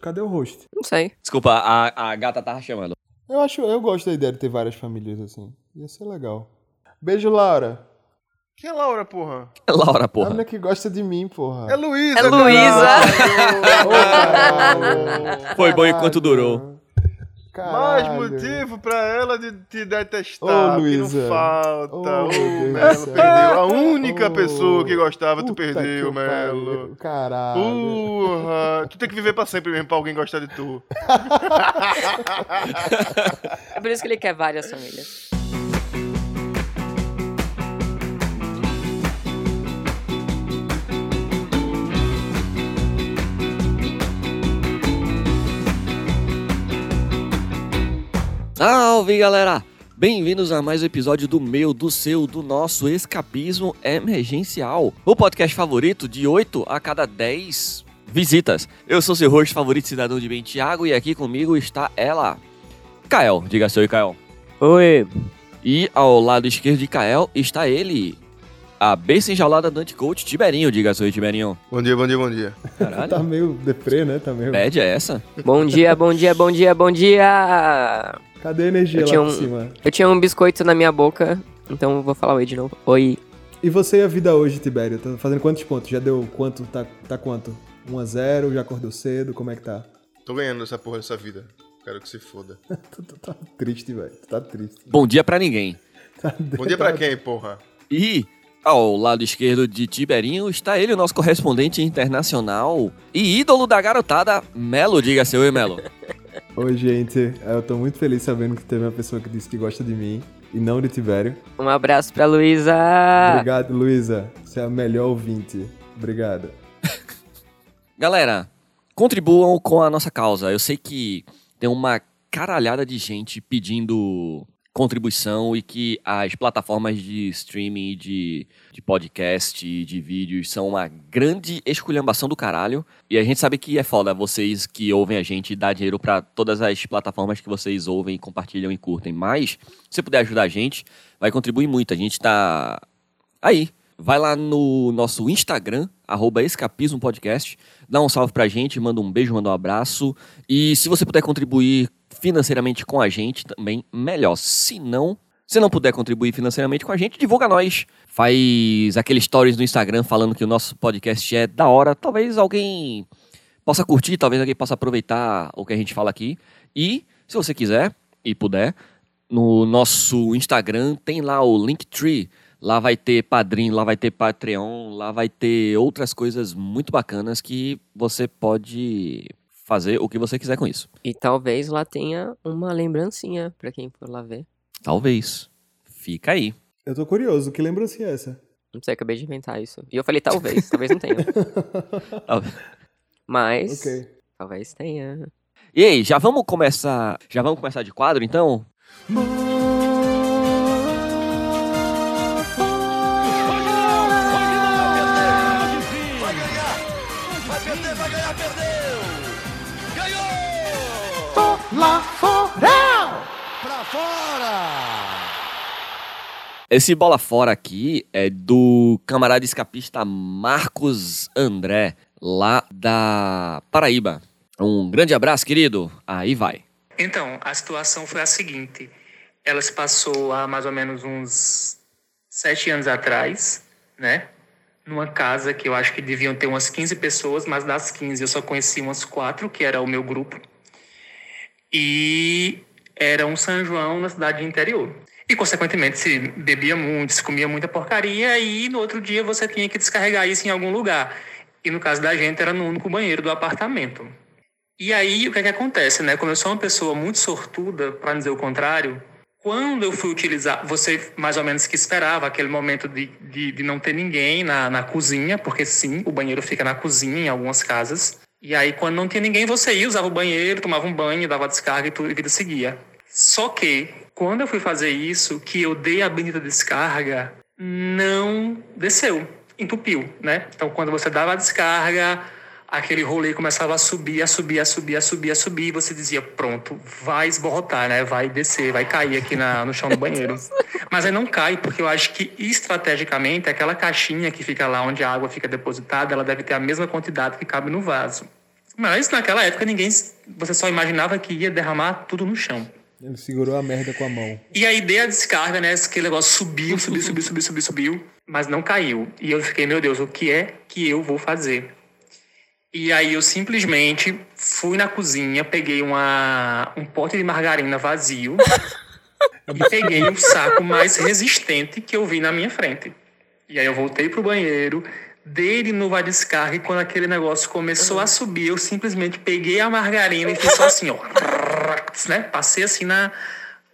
Cadê o host? Não sei. Desculpa, a, a gata tava chamando. Eu acho, eu gosto da ideia de ter várias famílias assim. Ia ser legal. Beijo, Laura. Quem é Laura, porra? Laura, A porra. menina que gosta de mim, porra. É Luísa. É Luísa. caralho. Ô, caralho. Foi bom Caralho. enquanto durou. Mais Caralho. motivo pra ela de te detestar. Ô, que Luísa. Não falta. Ô, Ô, meu Deus do Melo, céu. perdeu. A única Ô, pessoa que gostava, tu Puta perdeu, que Melo. pariu. Caralho. Porra. Tu tem que viver pra sempre mesmo pra alguém gostar de tu. É por isso que ele quer várias famílias. Salve, galera! Bem-vindos a mais um episódio do meu, do seu, do nosso Escapismo Emergencial. O podcast favorito de 8 a cada 10 visitas. Eu sou seu host favorito, cidadão de bem, Thiago, e aqui comigo está ela, Kael. Diga seu e Kael. Oi, E ao lado esquerdo de Kael está ele, a besta enjaulada do anticoach Tiberinho. Diga seu e Tiberinho. Bom dia, bom dia, bom dia. Caralho, Tá meio deprê, né? Tá meio... média é essa? bom dia, bom dia, bom dia, bom dia! Cadê a energia Eu lá tinha em um- cima? Eu tinha um biscoito na minha boca, então eu vou falar oi de novo. Oi. E você e a vida hoje, Tibério? Tá fazendo quantos pontos? Já deu quanto? Tá, tá quanto? 1 a 0 Já acordou cedo? Como é que tá? Tô ganhando essa porra dessa vida. Quero que se foda. Tu, tu tá triste, velho. Tu tá triste. Bom dia pra ninguém. Tá Bom dia pra quem, porra? E ao lado esquerdo de Tiberinho está ele, o nosso correspondente internacional e ídolo da garotada, Melo. Diga seu e Melo. Oi, gente. Eu tô muito feliz sabendo que teve uma pessoa que disse que gosta de mim e não de Tibério. Um abraço pra Luísa! Ah. Obrigado, Luísa. Você é a melhor ouvinte. Obrigado. Galera, contribuam com a nossa causa. Eu sei que tem uma caralhada de gente pedindo contribuição e que as plataformas de streaming, de, de podcast e de vídeos são uma grande esculhambação do caralho. E a gente sabe que é foda vocês que ouvem a gente dar dinheiro pra todas as plataformas que vocês ouvem, compartilham e curtem. Mas, se puder ajudar a gente, vai contribuir muito. A gente tá Aí, vai lá no nosso Instagram, arroba Escapismo Podcast, dá um salve pra gente, manda um beijo, manda um abraço. E se você puder contribuir financeiramente com a gente também, melhor. Se não, se não puder contribuir financeiramente com a gente, divulga nós. Faz aqueles stories no Instagram falando que o nosso podcast é da hora. Talvez alguém possa curtir, talvez alguém possa aproveitar o que a gente fala aqui. E, se você quiser e puder, no nosso Instagram tem lá o Linktree. Lá vai ter Padrim, lá vai ter Patreon, lá vai ter outras coisas muito bacanas que você pode fazer o que você quiser com isso. E talvez lá tenha uma lembrancinha pra quem for lá ver. Talvez. Fica aí. Eu tô curioso. Que lembrança é essa? Não sei, acabei de inventar isso. E eu falei talvez, talvez não tenha. Mas, ok. talvez tenha. E aí, já vamos começar, já vamos começar de quadro então? Esse bola fora aqui é do camarada escapista Marcos André, lá da Paraíba. Um grande abraço, querido. Aí vai. Então, a situação foi a seguinte. Ela se passou há mais ou menos uns sete anos atrás, né? Numa casa que eu acho que deviam ter umas 15 pessoas, mas das 15 eu só conheci umas quatro, que era o meu grupo. E era um São João na cidade de interior. E, consequentemente, se bebia muito, se comia muita porcaria e no outro dia você tinha que descarregar isso em algum lugar. E no caso da gente, era no único banheiro do apartamento. E aí, o que é que acontece, né? Como eu sou uma pessoa muito sortuda, para dizer o contrário, quando eu fui utilizar, você mais ou menos que esperava aquele momento de, de, de não ter ninguém na, na cozinha, porque sim, o banheiro fica na cozinha em algumas casas. E aí, quando não tinha ninguém, você ia, usava o banheiro, tomava um banho, dava descarga e tudo, e vida seguia. Só que, quando eu fui fazer isso, que eu dei a bendita descarga, não desceu, entupiu, né? Então, quando você dava a descarga, aquele rolê começava a subir, a subir, a subir, a subir, a subir, e você dizia, pronto, vai esborrotar, né? Vai descer, vai cair aqui na, no chão do banheiro. Mas aí não cai, porque eu acho que estrategicamente aquela caixinha que fica lá onde a água fica depositada, ela deve ter a mesma quantidade que cabe no vaso. Mas naquela época ninguém. Você só imaginava que ia derramar tudo no chão. Ele segurou a merda com a mão. E aí dei a descarga, né? Aquele negócio subiu, subiu, subiu, subiu, subiu, subiu, mas não caiu. E eu fiquei, meu Deus, o que é que eu vou fazer? E aí eu simplesmente fui na cozinha, peguei uma, um pote de margarina vazio e peguei um saco mais resistente que eu vi na minha frente. E aí eu voltei pro banheiro, dei de novo a descarga e quando aquele negócio começou a subir, eu simplesmente peguei a margarina e fiz só assim, ó. Né? Passei assim na,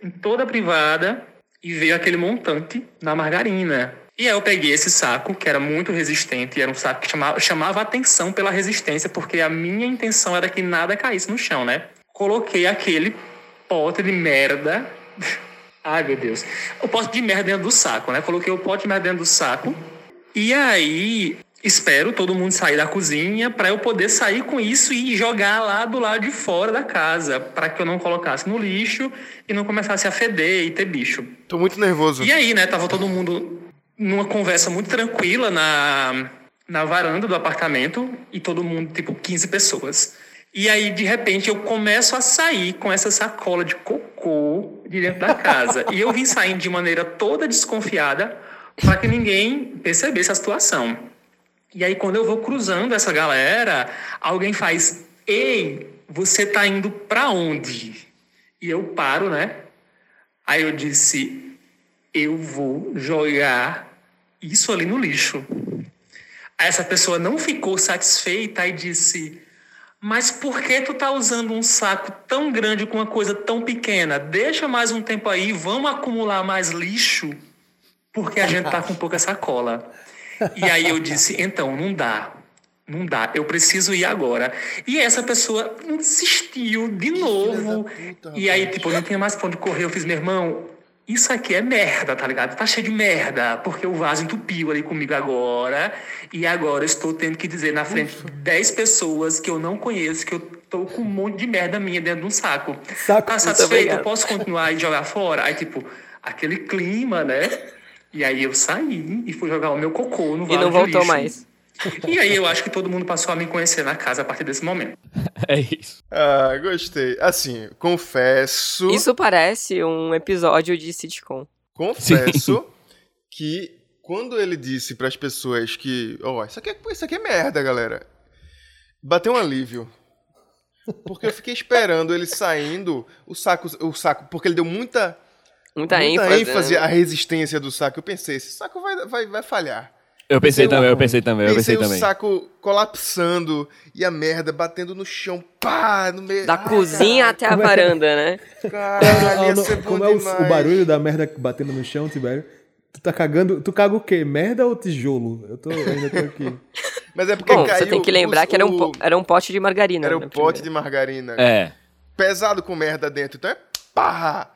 em toda a privada e veio aquele montante na margarina. E aí eu peguei esse saco, que era muito resistente, e era um saco que chamava, chamava atenção pela resistência, porque a minha intenção era que nada caísse no chão, né? Coloquei aquele pote de merda. Ai, meu Deus. O pote de merda dentro do saco, né? Coloquei o pote de merda dentro do saco. E aí, espero todo mundo sair da cozinha para eu poder sair com isso e jogar lá do lado de fora da casa, para que eu não colocasse no lixo e não começasse a feder e ter bicho. Tô muito nervoso. E aí, né, tava todo mundo numa conversa muito tranquila na, na varanda do apartamento e todo mundo, tipo, 15 pessoas. E aí, de repente, eu começo a sair com essa sacola de cocô de dentro da casa. e eu vim saindo de maneira toda desconfiada para que ninguém percebesse a situação. E aí, quando eu vou cruzando essa galera, alguém faz: Ei, você tá indo pra onde? E eu paro, né? Aí eu disse: Eu vou jogar isso ali no lixo. Aí essa pessoa não ficou satisfeita e disse: Mas por que tu tá usando um saco tão grande com uma coisa tão pequena? Deixa mais um tempo aí, vamos acumular mais lixo, porque a gente tá com pouca sacola. E aí eu disse, então, não dá. Não dá, eu preciso ir agora. E essa pessoa insistiu de novo. puta, e aí, tipo, eu não tinha mais pra onde correr. Eu fiz, meu irmão, isso aqui é merda, tá ligado? Tá cheio de merda, porque o vaso entupiu ali comigo agora. E agora eu estou tendo que dizer na frente de 10 pessoas que eu não conheço, que eu tô com um monte de merda minha dentro de um saco. Saco. Tá satisfeito? Eu posso continuar e jogar fora? Aí, tipo, aquele clima, né? E aí eu saí e fui jogar o meu cocô no vaso E não de voltou lixo. mais. E aí eu acho que todo mundo passou a me conhecer na casa a partir desse momento. É isso. Ah, gostei. Assim, confesso. Isso parece um episódio de sitcom. Confesso que quando ele disse pras pessoas que, ó, isso, aqui é, isso aqui é merda, galera, bateu um alívio. Porque eu fiquei esperando ele saindo, o saco, o saco, porque ele deu muita, Muita, muita ênfase. ênfase né? à resistência do saco. Eu pensei, esse saco vai, vai, vai falhar. Eu pensei Sei lá, também, eu pensei também, É, eu um pensei o também. saco colapsando e a merda batendo no chão, pá, no meio. Da Ah, cozinha até a como é que- varanda, né? Caralho, ia Ah, não, ser bom como é o, demais. o barulho da merda batendo no chão, Tibério? Tu tá cagando. Tu caga o quê? Merda ou tijolo? Eu tô, eu ainda tô aqui. Mas é porque Bom, caiu você tem que lembrar o- que era um, po- o- era um pote de margarina. Era né, um pote primeiro. de margarina. É. pesado com merda dentro. Então é pá!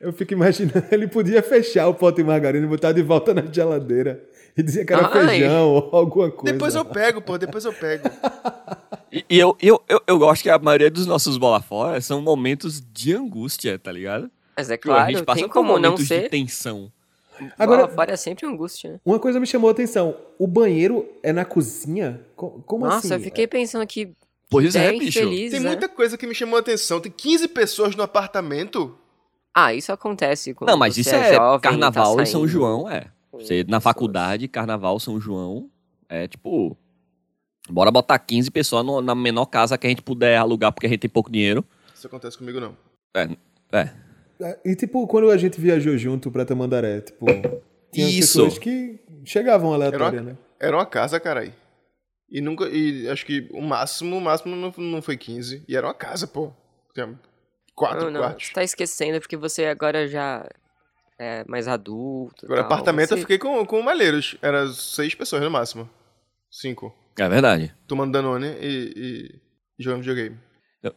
Eu fico imaginando, ele podia fechar o pote de margarina e botar de volta na geladeira. E dizer que era Ai. feijão ou alguma coisa. Depois eu pego, pô, depois eu pego. E, e eu, eu, eu, eu gosto que a maioria dos nossos bola fora são momentos de angústia, tá ligado? Mas é Que a gente claro, passa tem por como não momentos de ser. tensão. Agora- Bola fora é sempre angústia. né? Uma coisa me chamou a atenção. O banheiro é na cozinha? Co- Como assim? Nossa, eu fiquei pensando aqui, Pois é, bem bicho. feliz, Tem né? muita coisa que me chamou a atenção. Tem 15 pessoas no apartamento. Ah, isso acontece quando Não, mas você isso é, jovem tá carnaval e São saindo João, é. com Você, na pessoas. faculdade, carnaval, São João, é tipo. Bora botar 15 pessoas no- na menor casa que a gente puder alugar, porque a gente tem pouco dinheiro. É, Isso acontece comigo, não. E tipo, quando a gente viajou junto pra Tamandaré, tipo... Tinha Isso. pessoas que chegavam aleatória, Era né? Era uma casa, carai. E nunca. E acho que o máximo, o máximo não, não foi 15. E era uma casa, pô. Tem quatro Não, não, quartos. você tá esquecendo porque você agora já é mais adulto. e Agora, tal, apartamento eu tá, você- fiquei com, com malheiros. Era seis pessoas no máximo. Cinco. É verdade. Tomando Danone e, e jogando videogame.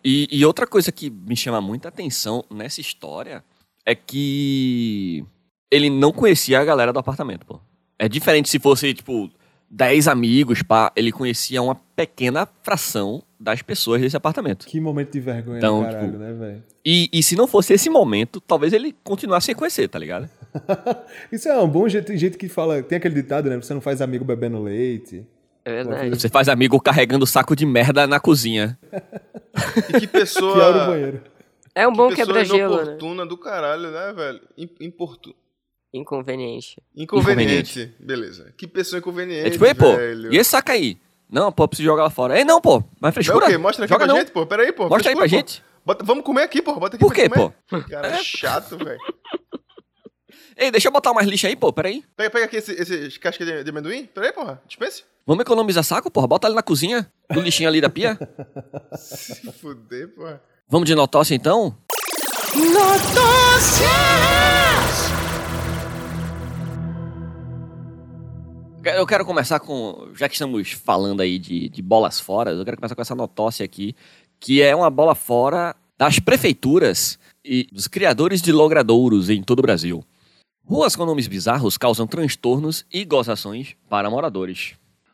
E, e outra coisa que me chama muita atenção nessa história é que ele não conhecia a galera do apartamento, pô. É diferente se fosse, tipo, 10 amigos, pá. Ele conhecia uma pequena fração das pessoas desse apartamento. Que momento de vergonha, Então, do caralho, tipo- né, velho? E, e se não fosse esse momento, talvez ele continuasse a conhecer, tá ligado? Isso é um bom jeito, jeito que fala... Tem aquele ditado, né? Você não faz amigo bebendo leite. É verdade. Você faz amigo carregando saco de merda na cozinha. E que pessoa. Que era o banheiro. É um bom quebra-gelo, né? Inoportuna do caralho, né, velho? Im- Importu... Inconveniente. Inconveniente. Beleza. Que pessoa inconveniente. É tipo, ei, pô, velho. e esse saco aí? Não, pô, preciso jogar lá fora. Ei, não, pô, mas É o frescura. quê? Mostra aqui Joga pra não. gente, pô. Pera aí, pô. Mostra aí pra Frescura, pô. gente. Bota- vamos comer aqui, pô. Bota aqui Por pra quê, comer. pô? Cara, é chato, velho. Ei, deixa eu botar mais lixo aí, pô, peraí. Pega, pega aqui esse, esses casca de, de amendoim. Pera aí, porra. Dispense. Vamos economizar saco, porra? Bota ali na cozinha, no lixinho ali da pia. Se fuder, porra. Vamos de notócia, então? Notócia! Eu quero começar com, já que estamos falando aí de, de bolas fora, eu quero começar com essa notócia aqui, que é uma bola fora das prefeituras e dos criadores de logradouros em todo o Brasil. Ruas com nomes bizarros causam transtornos e gozações para moradores.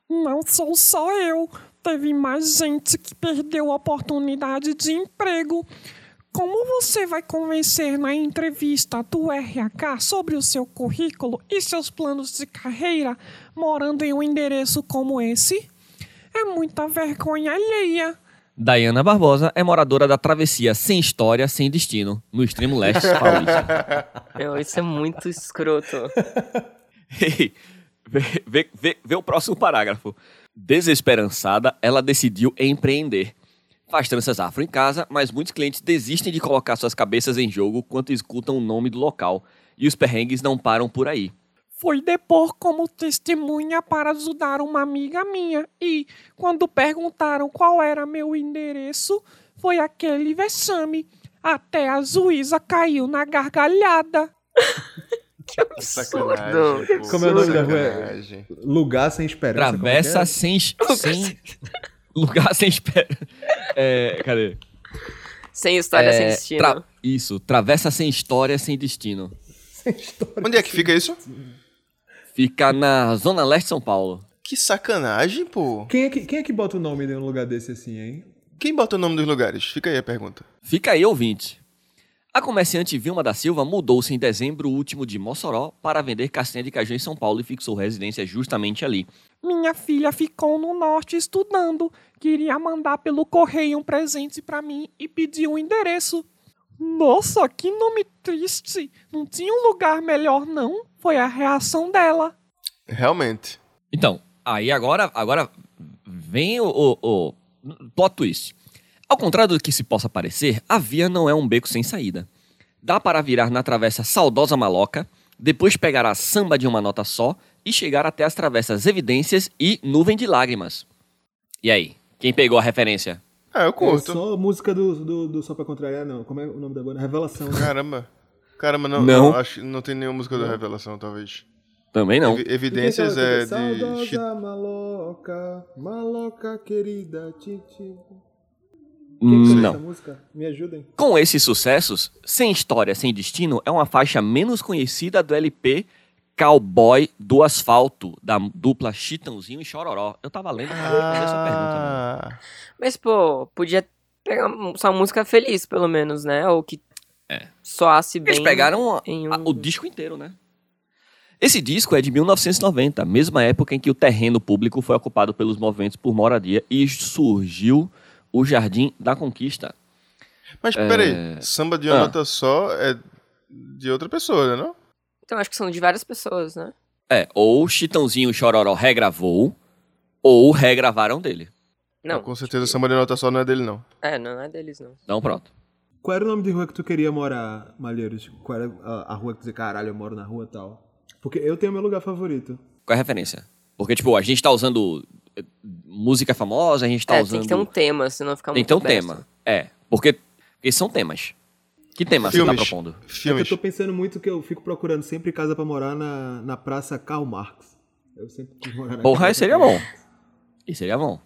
Não sou só eu. Teve mais gente que perdeu a oportunidade de emprego. Como você vai convencer na entrevista do RH sobre o seu currículo e seus planos de carreira morando em um endereço como esse? É muita vergonha alheia. Dayana Barbosa é moradora da travessia Sem História, Sem Destino, no extremo leste paulista. Meu, isso é muito escroto. Ei, vê, vê- vê- vê o próximo parágrafo. Desesperançada, ela decidiu empreender. Faz tranças afro em casa, mas muitos clientes desistem de colocar suas cabeças em jogo quando escutam o nome do local. E os perrengues não param por aí. Fui depor como testemunha para ajudar uma amiga minha e, quando perguntaram qual era meu endereço, foi aquele vexame. Até a juíza caiu na gargalhada. Sacanagem. pô. Como é o nome da rua? Sacanagem. Lugar sem esperança. como é que Travessa é? sem, sem. Lugar sem espera. É, cadê? Sem história, sem É, destino. tra- Isso, travessa sem história, sem destino. Sem história. Onde é que fica isso? Fica na Zona Leste de São Paulo. Que sacanagem, pô. Quem é, que, quem é que bota o nome de um lugar desse assim, hein? Quem bota o nome dos lugares? Fica aí a pergunta. Fica aí, ouvinte. A comerciante Vilma da Silva mudou-se em dezembro último de Mossoró para vender castanha de caju em São Paulo e fixou residência justamente ali. Minha filha ficou no norte estudando. Queria mandar pelo correio um presente para mim e pediu o endereço. Nossa, que nome triste. Não tinha um lugar melhor, não? Foi a reação dela. Realmente. Então, aí agora, agora vem o, o, o plot twist. Ao contrário do que se possa parecer, a via não é um beco sem saída. Dá para virar na travessa Saudosa Maloca, depois pegar a samba de uma nota só e chegar até as travessas Evidências e Nuvem de Lágrimas. E aí, quem pegou a referência? Ah, eu É curto. só música do, do, do Só Pra Contrariar, não. Como é o nome da banda? Revelação. né? Caramba. Caramba, não, Não. não, acho, não tem nenhuma música do Revelação, talvez. Também não. Evi- Evidências é de. Saudosa Chi- maloca, maloca querida, titi. Quem canta essa Hum, Não. música? Me ajudem. Com esses sucessos, Sem História, Sem Destino é uma faixa menos conhecida do LP Cowboy do Asfalto, da dupla Chitãozinho e Chororó. Eu tava lendo é cara, eu fazer essa pergunta. né? mano. Ah, né? Mas, pô, podia pegar um- só música feliz, pelo menos, né? Ou que É. soasse bem. Eles pegaram a- em um... a- o disco inteiro, né? Esse disco é de 1990, mesma época em que o terreno público foi ocupado pelos movimentos por moradia e surgiu o Jardim da Conquista. Mas peraí, samba de uma Ah. nota só é de outra pessoa, né? Não? Então, acho que são de várias pessoas, né? É, ou Chitãozinho e Chororó regravou, ou regravaram dele. Não. Tá, Com certeza samba de nota só não é dele, não. É, não é deles, não. Então pronto. Qual era o nome de rua que tu queria morar, Malheiros? Qual era a, a rua que tu dizia, caralho, eu moro na rua tal? Porque eu tenho meu lugar favorito. Qual é a referência? Porque, tipo, a gente tá usando eh, música famosa, a gente tá é, tem usando. que ter um tema, senão fica Tem muito que ter um aberto. tema. É. Porque esses são temas. Que tema você tá Filmes. propondo? É que eu Filmes. tô pensando muito que eu fico procurando sempre casa pra morar na, na Praça Karl Marx. Eu sempre quis morar na Porra, casa isso seria Karl bom. Marx. Isso seria bom.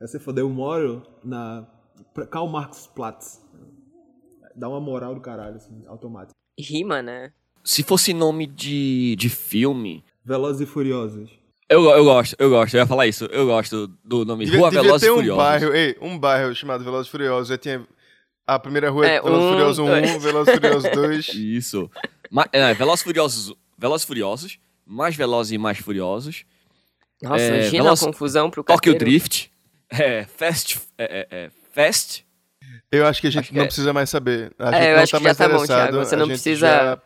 Aí você foda, eu moro na pra- Karl Marx Platz. Dá uma moral do caralho, assim, automático. Rima, né? Se fosse nome de, de filme. Velozes e Furiosos. Eu, eu gosto, eu gosto, eu ia falar isso. Eu gosto do nome Devia, Rua devia Velozes ter e um Furiosos. bairro, ei, um bairro chamado Velozes e Furiosos. Aí tinha a primeira rua É, é Velozes e um, Furiosos 1, dois. Velozes e Furiosos 2. Isso. Ma é, Velozes e Furiosos, Velozes e Furiosos, mais Velozes e mais Furiosos. Nossa, É, imagina veloc- a confusão pro Tokyo carteiro. Drift. É, Fast. É, é, é, Fast. Eu acho que a gente Acho que não é. precisa mais saber. A É, gente eu não acho tá que já mais tá bom, interessado, Thiago, você a não gente precisa- já-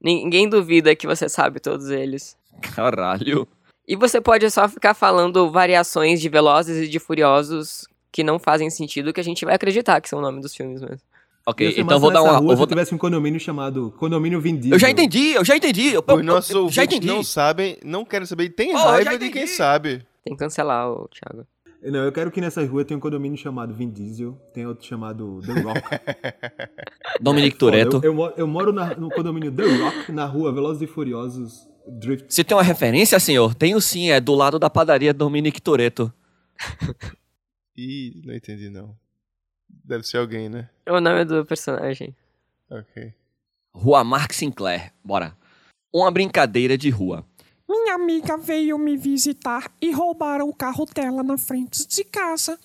Ninguém duvida que você sabe todos eles. Caralho. E você pode só ficar falando variações de Velozes e de Furiosos que não fazem sentido, que a gente vai acreditar que são o nome dos filmes mesmo. Ok, Ia ser então massa vou dar nessa uma. Rua, eu, se vou eu dar- tivesse um condomínio chamado Condomínio Vindido. eu já entendi, eu já entendi. Eu, eu- Os nossos eu já ouvintes entendi. não sabem, não querem saber e tem Porra, eu já raiva de quem entendi. sabe. Tem que cancelar o Thiago. Não, eu quero que nessa rua tenha um condomínio chamado Vin Diesel, tem outro chamado The Rock. Dominic Foda, Toretto. Eu, eu mo- eu moro na- no condomínio The Rock, na rua Velozes e Furiosos Drift. Você tem uma referência, senhor? Tenho sim, é do lado da padaria Dominic Toretto. Ih, não entendi não. Deve ser alguém, né? É o nome do personagem. Ok. Rua Mark Sinclair. Bora. Uma brincadeira de rua. Minha amiga veio me visitar e roubaram o carro dela na frente de casa.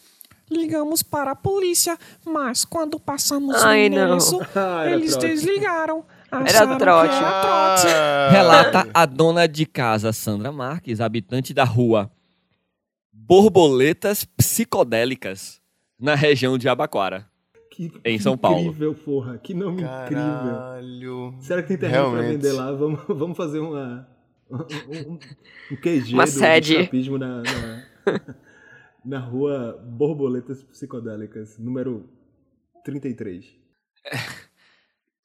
Ligamos para a polícia, mas quando passamos Ai, o não. endereço, Ah, era eles trote. Ah. desligaram. Era Acharam trote. Que era trote. Ah, Ah. Relata a dona de casa Sandra Marques, habitante da rua Borboletas Psicodélicas, na região de Abaquara. Que- Em que São Paulo. Incrível, porra. Que nome incrível. Caralho. Será que tem terreno pra Realmente. vender lá? Vamos, vamos fazer uma. Um, um, um QG Uma do, do sede. chapismo na, na, na rua Borboletas Psicodélicas, número 33.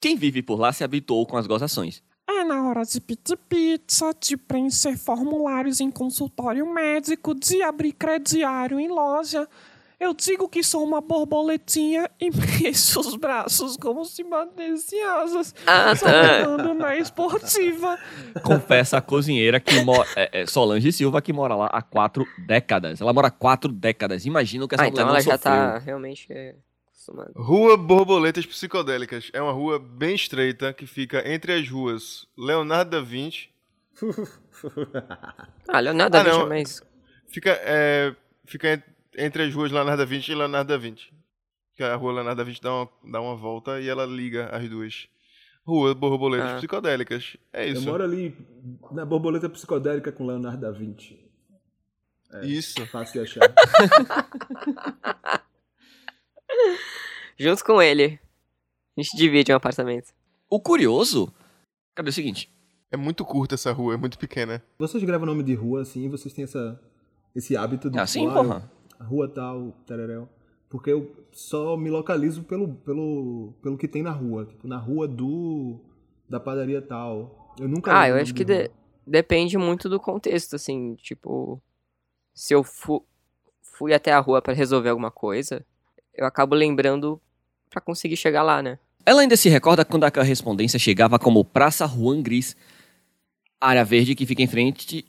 Quem vive por lá se habituou com as gozações. É na hora de pedir pizza, de preencher formulários em consultório médico, de abrir crediário em loja. Eu digo que sou uma borboletinha e mexo os braços como se batesse asas, Ah, tá. andando na esportiva. Confessa a cozinheira que mora. É, é, Solange Silva, que mora lá há quatro décadas. Ela mora há quatro décadas. Imagina o que essa Ah, mulher então não ela já sofreu. tá realmente é, acostumada. Rua Borboletas Psicodélicas. É uma rua bem estreita que fica entre as ruas Leonardo da Vinci. Ah, Leonardo Ah, ah, Vinci é não. mais... Fica, é, fica en- entre as ruas Leonardo da Vinci e Leonardo da Vinci. Que a rua Leonardo da Vinci dá uma, dá uma volta e ela liga as duas. Rua Borboletas Ah. Psicodélicas. É Eu isso. moro ali na Borboleta Psicodélica com Leonardo da Vinci. É É Isso. Fácil de achar. Junto com ele. A gente divide um apartamento. O curioso. Cadê o seguinte? É muito curta essa rua, é muito pequena. vocês gravam nome de rua assim e vocês têm essa, esse hábito de. Ah, sim, ah, porra. eu- Rua tal, tereréu. Porque eu só me localizo pelo, pelo, pelo que tem na rua. Tipo, na rua do. da padaria tal. Eu nunca. Ah, lembro eu o acho nome que de de- rua. depende muito do contexto, assim, tipo, se eu fu- fui até a rua pra resolver alguma coisa, eu acabo lembrando pra conseguir chegar lá, né? Ela ainda se recorda quando a correspondência chegava como Praça Juan Gris, área verde que fica em frente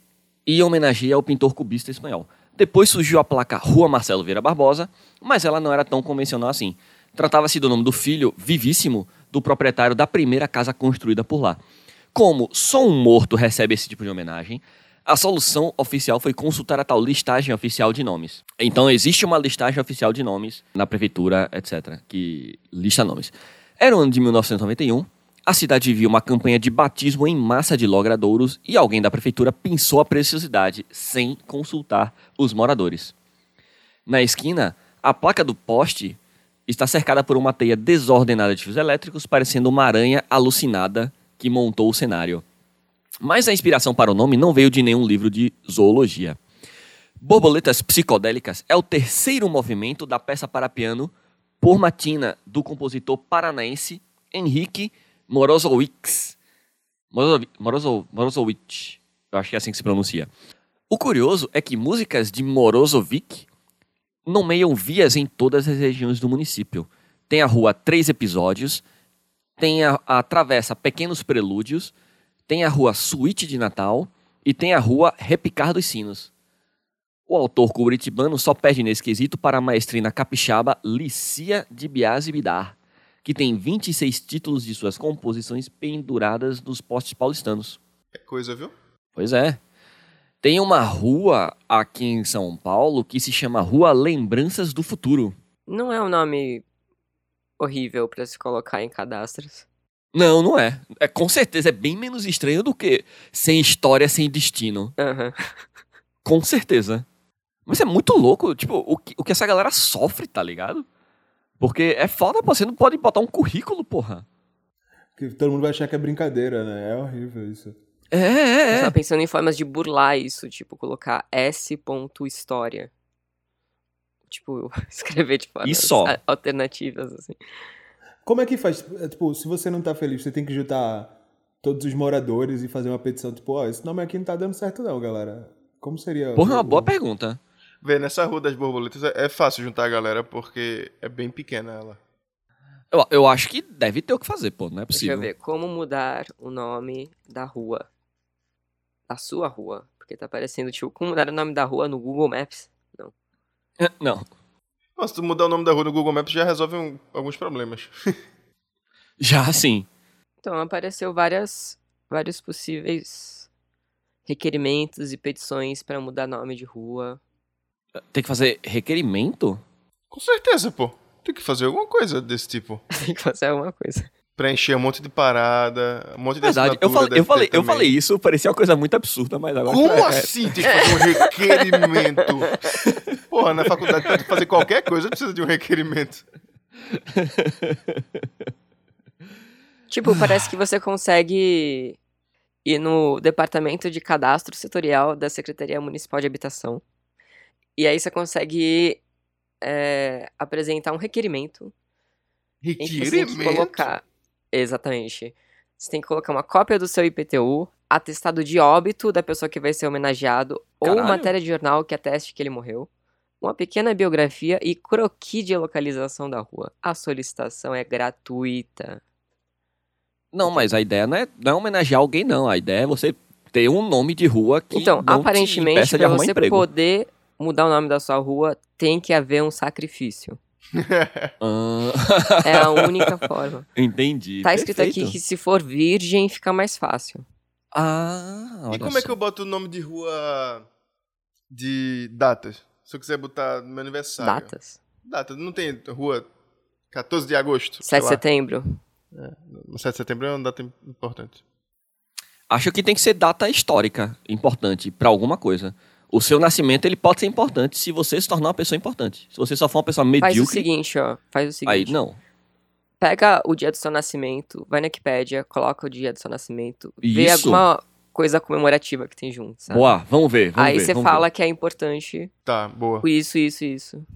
e homenageia o pintor cubista espanhol. Depois surgiu a placa Rua Marcelo Vieira Barbosa, mas ela não era tão convencional assim. Tratava-se do nome do filho, vivíssimo, do proprietário da primeira casa construída por lá. Como só um morto recebe esse tipo de homenagem, a solução oficial foi consultar a tal listagem oficial de nomes. Então existe uma listagem oficial de nomes na prefeitura, etc, que lista nomes. Era o ano de 1991. A cidade vivia uma campanha de batismo em massa de logradouros e alguém da prefeitura pensou a preciosidade sem consultar os moradores. Na esquina, a placa do poste está cercada por uma teia desordenada de fios elétricos, parecendo uma aranha alucinada que montou o cenário. Mas a inspiração para o nome não veio de nenhum livro de zoologia. Borboletas Psicodélicas é o terceiro movimento da peça para piano Por Matina, do compositor paranaense Henrique Morozowicz. Morozowi- Morozo- Morozowicz, eu acho que é assim que se pronuncia. O curioso é que músicas de Morozovic nomeiam vias em todas as regiões do município. Tem a rua Três Episódios, tem a, a travessa Pequenos Prelúdios, tem a rua Suíte de Natal e tem a rua Repicar dos Sinos. O autor curitibano só perde nesse quesito para a maestrina capixaba Licia de Biase Bidar, que tem 26 títulos de suas composições penduradas nos postes paulistanos. É coisa, viu? Pois é. Tem uma rua aqui em São Paulo que se chama Rua Lembranças do Futuro. Não é um nome horrível pra se colocar em cadastros. Não, não é. É com certeza é bem menos estranho do que Sem História, Sem Destino. Aham. Com certeza. Mas é muito louco, tipo, o que, o que essa galera sofre, tá ligado? Porque é foda, pô, você não pode botar um currículo, porra. Que todo mundo vai achar que é brincadeira, né? É horrível isso. É, é, Eu é. tava pensando em formas de burlar isso, tipo, colocar S.história. Tipo, escrever de formas E só. a- alternativas, assim. Como é que faz? É, Tipo, se você não tá feliz, você tem que juntar todos os moradores e fazer uma petição, tipo, ó, esse nome aqui não tá dando certo não, galera. Como seria? Porra, é uma o- boa pergunta. Vê, nessa rua das borboletas é é fácil juntar a galera porque é bem pequena ela. Eu, eu acho que deve ter o que fazer, pô, não é Deixa eu possível. ver. Como mudar o nome da rua? Da sua rua. Porque tá aparecendo, tipo, como mudar o nome da rua no Google Maps? É, Não. Nossa, tu mudar o nome da rua no Google Maps já resolve um- alguns problemas. Já sim. Então apareceu várias, vários possíveis requerimentos e petições pra mudar nome de rua. Tem que fazer requerimento? Com certeza, pô. Tem que fazer alguma coisa desse tipo. Tem que fazer alguma coisa. Preencher um monte de parada, um monte de Verdade. Eu assinatura falei, deve eu, falei, ter eu também. falei isso, parecia uma coisa muito absurda, mas agora. Como é, assim tem que fazer um requerimento? Porra, na faculdade, pra tu fazer qualquer coisa, precisa de um requerimento. Tipo, parece que você consegue ir no departamento de cadastro setorial da Secretaria Municipal de Habitação. E aí você consegue é, apresentar um requerimento em que você tem que Requerimento? colocar. Exatamente. Você tem que colocar uma cópia do seu IPTU, atestado de óbito da pessoa que vai ser homenageado, ou Caralho. matéria de jornal que ateste que ele morreu, uma pequena biografia e croquis de localização da rua. A solicitação é gratuita. Não, mas a ideia não é, não é homenagear alguém, não. A ideia é você ter um nome de rua que. então, não te aparentemente, impeça de para arrumar você emprego. poder mudar o nome da sua rua, tem que haver um sacrifício. Ah, É a única forma. entendi. Tá escrito perfeito. aqui que se for virgem, fica mais fácil. Ah, olha E como é só. que eu boto o nome de rua de datas? Se eu quiser botar no meu aniversário. Datas. Data. Não tem rua 14 de agosto? 7 de sei lá. setembro. No 7 de setembro é uma data importante. Acho que tem que ser data histórica importante pra alguma coisa. O seu nascimento ele pode ser importante se você se tornar uma pessoa importante. Se você só for uma pessoa Faz medíocre, o seguinte, ó. Faz o aí seguinte. não. Pega o dia do seu nascimento, vai na Wikipédia, coloca o dia do seu nascimento, vê Isso. alguma coisa comemorativa que tem junto, sabe? Boa, vamos ver. Vamos Tá. Aí ver, você vamos fala ver. que é importante Tá, boa. isso, isso, isso.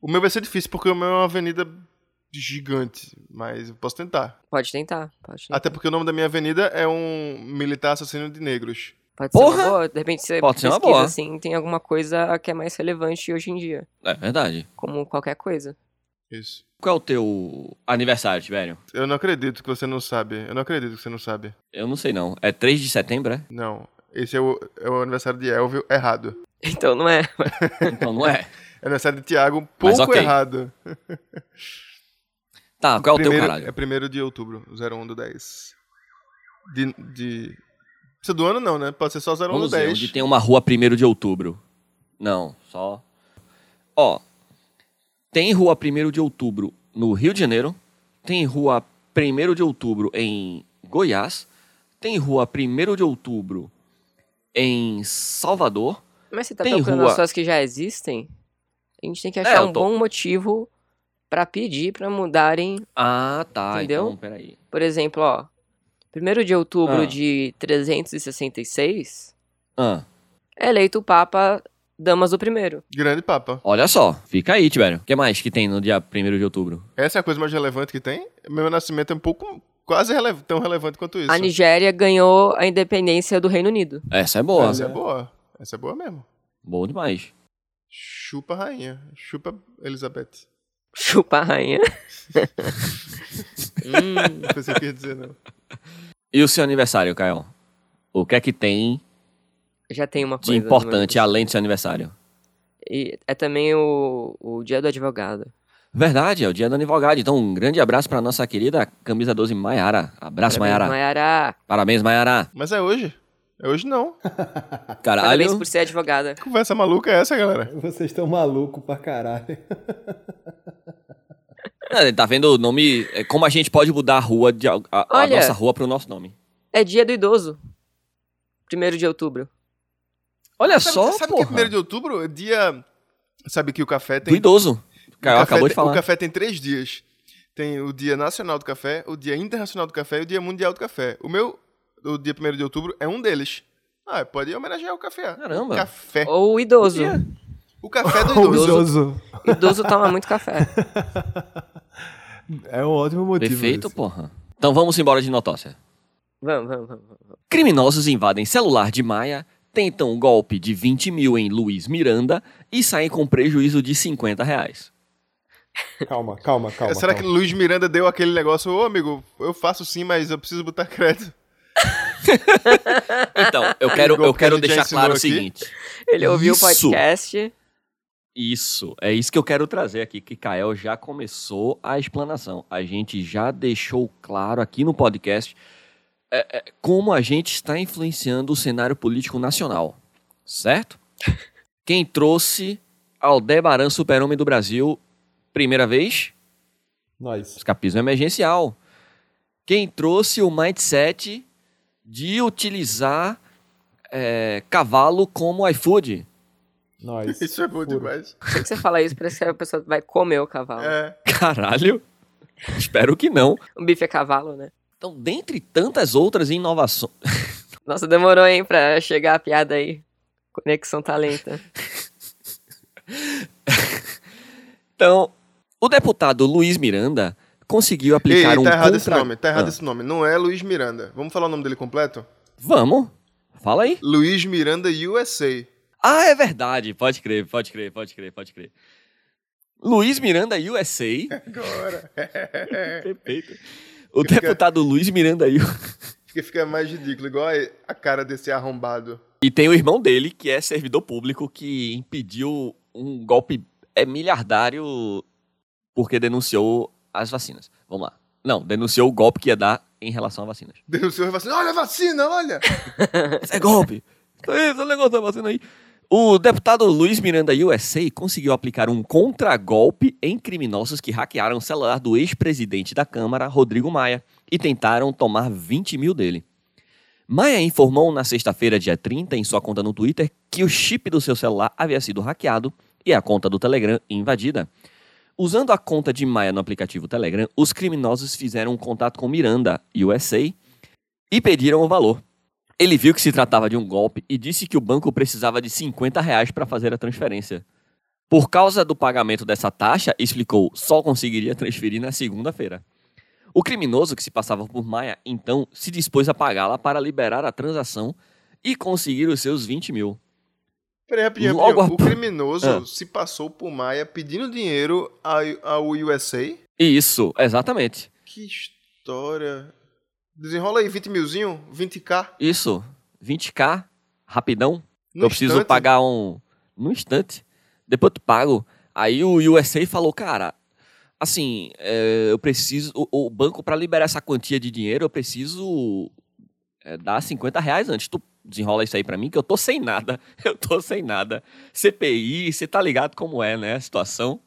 O meu vai ser difícil porque o meu é uma avenida gigante, mas eu posso tentar. Pode tentar, pode tentar. Até porque o nome da minha avenida é um militar assassino de negros. Pode ser Porra! uma boa, de repente você Pode ser uma pesquisa, boa. assim, tem alguma coisa que é mais relevante hoje em dia, É verdade. como qualquer coisa. Isso. Qual é o teu aniversário, Tibério? Eu não acredito que você não sabe. Eu não acredito que você não sabe. Eu não sei não. É 3 de setembro, é? Não. Esse é o, é o aniversário de Elvio errado. Então não é. Então não é. É o aniversário de Tiago um Mas pouco ok. errado. Tá, qual é o teu primeiro, caralho? É primeiro de outubro, 01 do 10. De. de... Precisa do ano não, né? Pode ser só 01 do Vamos ver, 10. onde tem uma rua 1 de outubro. Não, só. Ó, tem rua 1 de outubro no Rio de Janeiro, tem rua 1 de outubro em Goiás, tem rua 1 de outubro em Salvador. Mas você tá Tem procurando rua. as coisas que já existem? A gente tem que É, achar eu um tô- bom motivo pra pedir pra mudarem Ah, tá. Entendeu? Então, peraí. Por exemplo, ó, 1 de outubro Ah. de 366 Ah, é eleito o Papa Damas o I. Grande papa. olha só, fica aí, Tibério. O que mais que tem no dia 1 de outubro? Essa é a coisa mais relevante que tem. Meu nascimento é um pouco. Quase rele- tão relevante quanto isso. A Nigéria ganhou a independência do Reino Unido. Essa é boa. Essa é boa. Essa é boa mesmo. Boa demais. Chupa a rainha. Chupa Elizabeth. Chupa a rainha. Hum, Não sei o que eu ia dizer, não. E o seu aniversário, Caio? O que é que tem já tem uma de é, coisa. no meu importante além do seu aniversário? E é também o, o dia do advogado. Verdade, é o dia da advogado. Então, um grande abraço pra nossa querida camisa 12 Maiara. Abraço, Maiara. Maiara. Parabéns, Maiara. Mas é hoje. É hoje não. Parabéns Caralho. por ser advogada. Que conversa maluca é essa, galera? Vocês estão malucos pra caralho. É, Tá vendo o nome? é, Como a gente pode mudar a rua de al- a, a Olha. nossa rua pro nosso nome? É dia do idoso. 1 de outubro. Olha Sabe, só, sabe que porra. é 1 de outubro? É Dia. Sabe que o café Do tem. idoso. Caio o café acabou de tem- falar. O café tem três dias. Tem o Dia Nacional do Café, o Dia Internacional do Café e o Dia Mundial do Café. O meu, o dia 1 de outubro, é um deles. Ah, pode homenagear o café. Caramba. O café. Ou o idoso. O café é do O idoso. idoso. O idoso toma muito café. É um ótimo motivo. Perfeito, esse. porra. Então vamos embora de notócia. Vamos, vamos, vamos. vamos. Criminosos invadem celular de Maia, tentam um golpe de 20 mil em Luiz Miranda e saem com prejuízo de 50 reais. Calma, calma, calma. Será que calma. Luiz Miranda deu aquele negócio, ô amigo, eu faço sim, mas eu preciso botar crédito. Então, eu quero, eu golpe quero ele já deixar ensinou claro o aqui? seguinte. Ele ouviu o Isso. podcast. Isso, é isso que eu quero trazer aqui, que Kael já começou a explanação. A gente já deixou claro aqui no podcast é, é, como a gente está influenciando o cenário político nacional, certo? Quem trouxe Aldebaran Super-Homem do Brasil primeira vez? Nós. Escapismo é emergencial. Quem trouxe o mindset de utilizar é, cavalo como iFood? Nós. Isso é bom Puro. demais. Por que você fala isso? Parece que a pessoa vai comer o Ah. cavalo. É. Caralho, espero que não. O bife é cavalo, né? Então, dentre tantas outras inovações. Nossa, demorou, hein, pra chegar a piada aí. Conexão Talenta. Então, o deputado Luiz Miranda conseguiu Ei, aplicar tá um errado contra... esse nome, tá errado Ah, esse nome. Não é Luiz Miranda. Vamos falar o nome dele completo? Vamos. Fala aí. Luiz Miranda USA. Ah, é verdade. Pode crer, pode crer, pode crer, pode crer. Luiz Miranda USA. Agora. Perfeito. O deputado Luiz Miranda USA. Fica, fica mais ridículo, igual a, a cara desse arrombado. E tem o irmão dele, que é servidor público, que impediu um golpe é, miliardário porque denunciou as vacinas. Vamos lá. Não, denunciou o golpe que ia dar em relação a vacinas. Deu o senhor e falou assim, olha a vacina, olha! Isso é golpe. Isso aí, esse negócio da vacina aí. O deputado Luiz Miranda USA conseguiu aplicar um contragolpe em criminosos que hackearam o celular do ex-presidente da Câmara, Rodrigo Maia, e tentaram tomar 20 mil dele. Maia informou na sexta-feira, dia 30, em sua conta no Twitter, que o chip do seu celular havia sido hackeado e a conta do Telegram invadida. Usando a conta de Maia no aplicativo Telegram, os criminosos fizeram um contato com Miranda, USA, e pediram o valor. Ele viu que se tratava de um golpe e disse que o banco precisava de 50 reais para fazer a transferência. Por causa do pagamento dessa taxa, explicou, só conseguiria transferir na segunda-feira. O criminoso que se passava por Maia, então, se dispôs a pagá-la para liberar a transação e conseguir os seus 20 mil. Peraí, rapidinho, Logo rapidinho. O a- criminoso Ah. se passou por Maia pedindo dinheiro ao- ao USA. Isso, exatamente. Que história. Desenrola aí 20 milzinho, 20k. Isso, 20k, rapidão. no eu preciso instante. pagar um. No instante. Depois eu te pago. Aí o USA falou, cara, assim, é, eu preciso. O, o banco, para liberar essa quantia de dinheiro, eu preciso é, dar 50 reais antes. Tu desenrola isso aí pra mim, que eu tô sem nada. Eu tô sem nada. CPI, você tá ligado como é, né? A situação.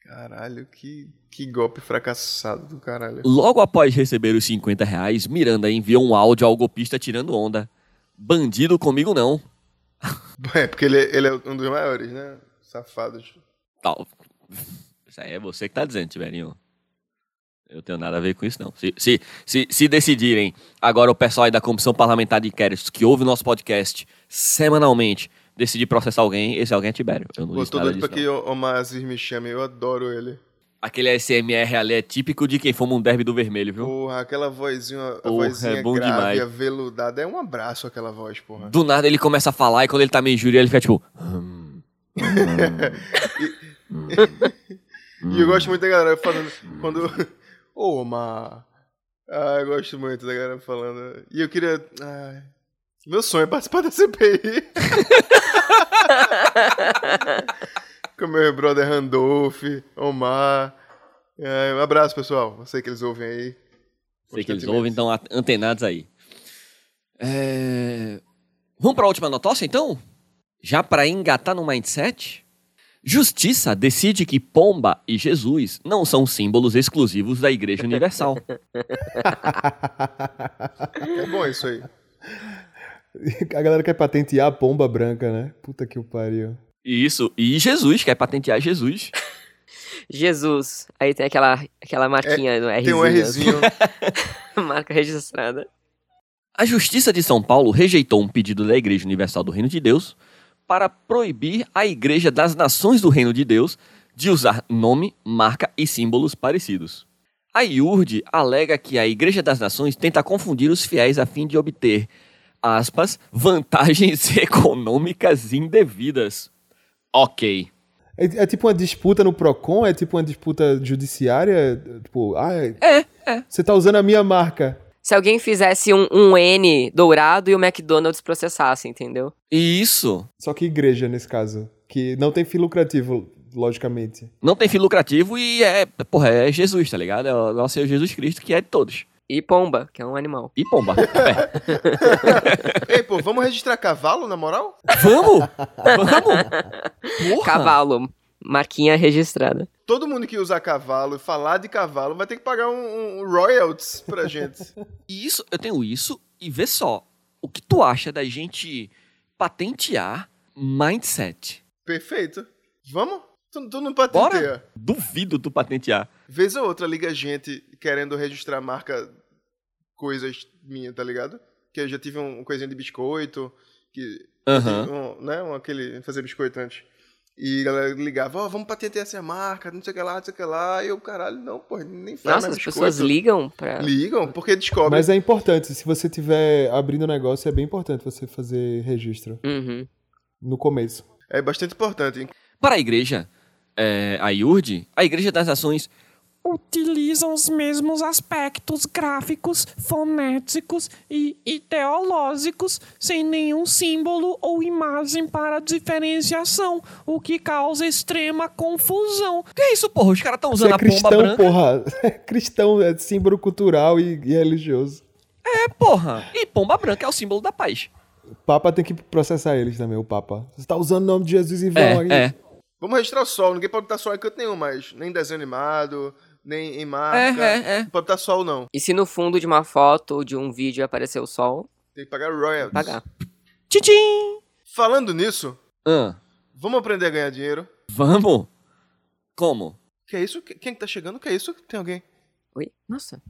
Caralho, que, que golpe fracassado do caralho. Logo após receber os 50 reais, Miranda enviou um áudio ao golpista tirando onda. Bandido comigo não. É, porque ele, ele é um dos maiores, né? Safados. tal. Isso aí é você que tá dizendo, Tiberinho. Eu tenho nada a ver com isso, não. Se, se, se, se decidirem agora o pessoal aí da Comissão Parlamentar de Inquéritos que ouve o nosso podcast semanalmente decidir processar alguém, esse alguém é Tibério. Eu não Pô, disse tô nada doido disso, pra não. que o Omazir me chame, eu adoro ele. Aquele SMR ali é típico de quem fuma um derby do vermelho, viu? Porra, aquela vozinha, a Porra, vozinha é bom grave, demais. aveludada. É um abraço aquela voz, porra. Do nada ele começa a falar e quando ele tá meio júri, ele fica tipo. E eu Hum. gosto muito da galera falando. Quando. Ô, Omar. Ah, eu gosto muito da galera falando. E eu queria. ai, meu sonho é participar da CPI. Com meu brother Randolph, Omar. Ai, um abraço, pessoal. Eu sei que eles ouvem aí. Sei que eles constantemente. ouvem, então at- antenados aí. É, Vamos para a última notócia, então? Já para engatar no mindset? Justiça decide que pomba e Jesus não são símbolos exclusivos da Igreja Universal. É bom isso aí. A galera quer patentear a pomba branca, né? Puta que o pariu. Isso. E Jesus, quer patentear Jesus. Jesus. Aí tem aquela, aquela marquinha do Rzinho. É, Tem um Rzinho. Marca registrada. A Justiça de São Paulo rejeitou um pedido da Igreja Universal do Reino de Deus para proibir a Igreja das Nações do Reino de Deus de usar nome, marca e símbolos parecidos. A IURD alega que a Igreja das Nações tenta confundir os fiéis a fim de obter, aspas, vantagens econômicas indevidas. Ok. É, é tipo uma disputa no Procon? É tipo uma disputa judiciária? Tipo, ah, é- É, você tá usando a minha marca. Se alguém fizesse um, um N dourado e o McDonald's processasse, entendeu? isso. Só que igreja, nesse caso. Que não tem fim lucrativo, logicamente. Não tem fim lucrativo e é, porra, é Jesus, tá ligado? É o nosso Senhor Jesus Cristo que é de todos. E pomba, que é um animal. E pomba. É. Ei, pô, vamos registrar cavalo, na moral? Vamos! Vamos! Porra. Cavalo. Marquinha registrada. Todo mundo que usar cavalo e falar de cavalo vai ter que pagar um, um royalties pra gente. E isso, eu tenho isso, e vê só, o que tu acha da gente patentear mindset? Perfeito. Vamos? Tu, tu não patenteia. Duvido tu patentear. Vez ou outra liga gente querendo registrar marca coisas minha, tá ligado? Que eu já tive um coisinha de biscoito, que Aham. um, né, um, aquele fazer biscoito antes. E a galera ligava, ó, vamos patentear essa marca, não sei o que lá, não sei o que lá. E eu, caralho, não, pô, nem faz Nossa, mais as biscoito. pessoas ligam pra. Ligam, porque descobrem. Mas é importante. Se você tiver abrindo negócio, é bem importante você fazer registro Uhum. no começo. É bastante importante. hein? Para a igreja, é, a IURD, a Igreja das Nações, utilizam os mesmos aspectos gráficos, fonéticos e ideológicos, sem nenhum símbolo ou imagem para diferenciação, o que causa extrema confusão. que é isso, porra? Os caras estão Você usando é a pomba cristão, branca, porra. É cristão, é símbolo cultural e, e religioso. é porra. E pomba branca é o símbolo da paz. O Papa tem que processar eles também, o Papa. Você tá usando o nome de Jesus em vão aí. É, é, Vamos registrar o sol, ninguém pode botar sol em canto nenhum mais. Nem desenho animado, nem em marca. é, é, é. Não pode botar sol, não. E se no fundo de uma foto ou de um vídeo aparecer o sol, Tem que pagar royalties. pagar. Tchim! Falando nisso, Ah, vamos aprender a ganhar dinheiro. vamos? Como? Que é isso? Que- Quem que tá chegando? Que é isso? Tem alguém? Oi? Nossa.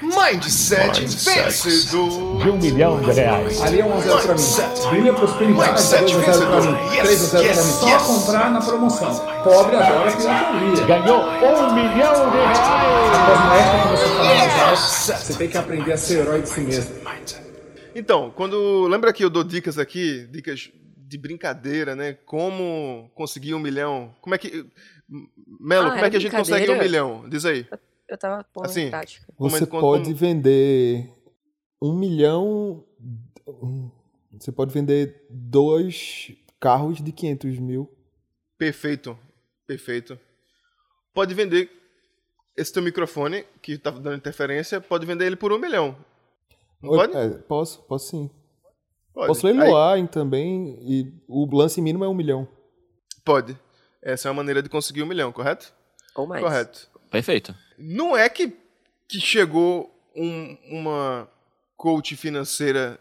Mindset, vencedor. de um milhão de reais. Ali é 1 a 0 pra mim. Brilha prosperidade, 2 a 0 pra mim, 3 a 0 pra mim. Só comprar na promoção. Pobre adora pirataria. Ganhou um milhão de reais. Mas não é como você falar mais alto. Você tem que aprender a ser herói de si mesmo. Então, quando. Lembra que eu dou dicas aqui? Dicas de brincadeira, né? Como conseguir um milhão? Como é que. Melo, Ah, como é é que a gente consegue um brincadeira? milhão? Diz aí. Eu tava pondo Assim. em prática. Como é- Você como- pode como- vender um milhão. um- Você pode vender dois carros de 500 mil. Perfeito. Perfeito. Pode vender esse teu microfone, que tá dando interferência, pode vender ele por um milhão. Não Ou- pode? é, posso, posso sim. Pode. Posso Aí- leiloar em também e o lance mínimo é um milhão. Pode. Essa é uma maneira de conseguir um milhão, correto? Ou mais. Correto. Perfeito. Não é que, que chegou um- uma coach financeira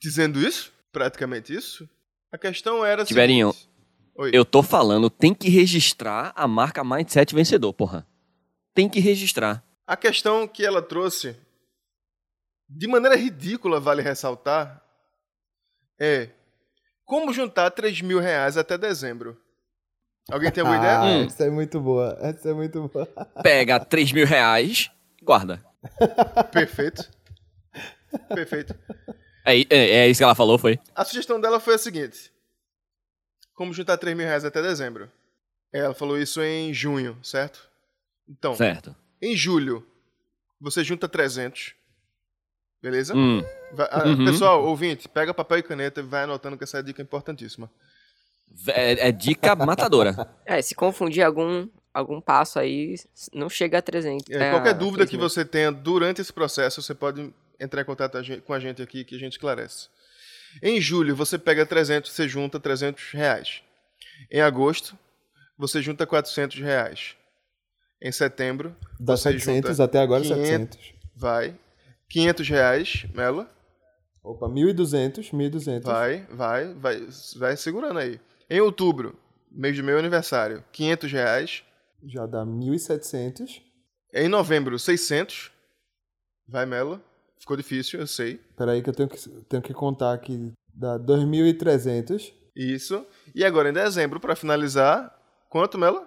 dizendo isso? Praticamente isso? A questão era. a Tiberinho, seguinte. Oi. Eu tô falando, tem que registrar a marca Mindset Vencedor, porra. Tem que registrar. A questão que ela trouxe, de maneira ridícula, vale ressaltar, é como juntar 3 mil reais até dezembro. Alguém tem alguma Ah, ideia? Hum. essa é muito boa. Essa é muito boa. Pega 3 mil reais e guarda. Perfeito. Perfeito. É, i- é- é isso que ela falou, foi? A sugestão dela foi a seguinte: Como juntar 3 mil reais até dezembro? Ela falou isso em junho, certo? Então, Certo. em julho, você junta 300. Beleza? Hum, Vai- ah, Uhum. Pessoal, ouvinte, pega papel e caneta e vai anotando que essa dica é importantíssima. é, é dica matadora. É, se confundir algum, algum passo aí, s- não chega a 300. É, é, qualquer a dúvida que 3.000. você tenha durante esse processo, você pode entrar em contato a gen- com a gente aqui que a gente esclarece. Em julho, você pega 300, você junta 300 reais. Em agosto, você junta 400 reais. Em setembro, Dá Você 700 junta até agora, 500. 700. vai 500 reais, Melo. Opa, 1.200, 1.200. Vai, vai, vai, vai segurando aí. Em outubro, mês do meu aniversário, 500 reais. Já dá 1.700. Em novembro, 600. Vai, Melo. Ficou difícil, eu sei. Peraí que eu tenho que, tenho que contar aqui. Dá 2.300. Isso. E agora, em dezembro, pra finalizar, quanto, Melo?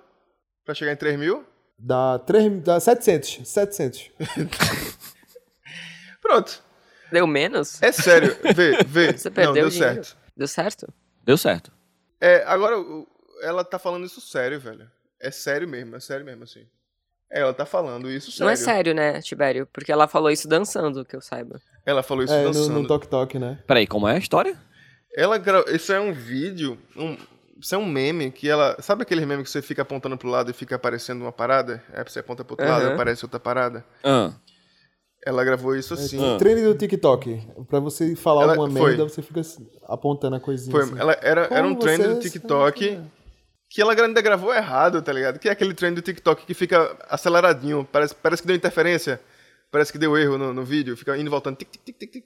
Pra chegar em 3 mil? Dá, 3, dá 700. 700. Pronto. Deu menos? É sério. Vê, vê. Você perdeu Não, deu o dinheiro. certo. Deu certo? Deu certo. É, agora, o- ela tá falando isso sério, velho. É sério mesmo, é sério mesmo, assim. É, ela tá falando isso sério. Não é sério, né, Tibério? Porque ela falou isso dançando, que eu saiba. Ela falou isso É, no, dançando. no Tok Tok, né? Peraí, como é a história? Ela gra... Isso é um vídeo, um... isso é um meme que ela. Sabe aquele meme que você fica apontando pro lado e fica aparecendo uma parada? Aí você aponta pro outro lado e Aham. aparece outra parada? Ah, Ela gravou isso É, assim. tipo, trailer do TikTok. Pra você falar Ela- alguma foi. merda, você fica assim, apontando a coisinha. Foi, assim. ela era, era um Como trend você do TikTok sabe? é. que ela ainda gravou errado, tá ligado? Que é aquele trend do TikTok que fica aceleradinho, parece, parece que deu interferência, parece que deu erro no, no vídeo, fica indo e voltando. Tic, tic, tic, tic, tic.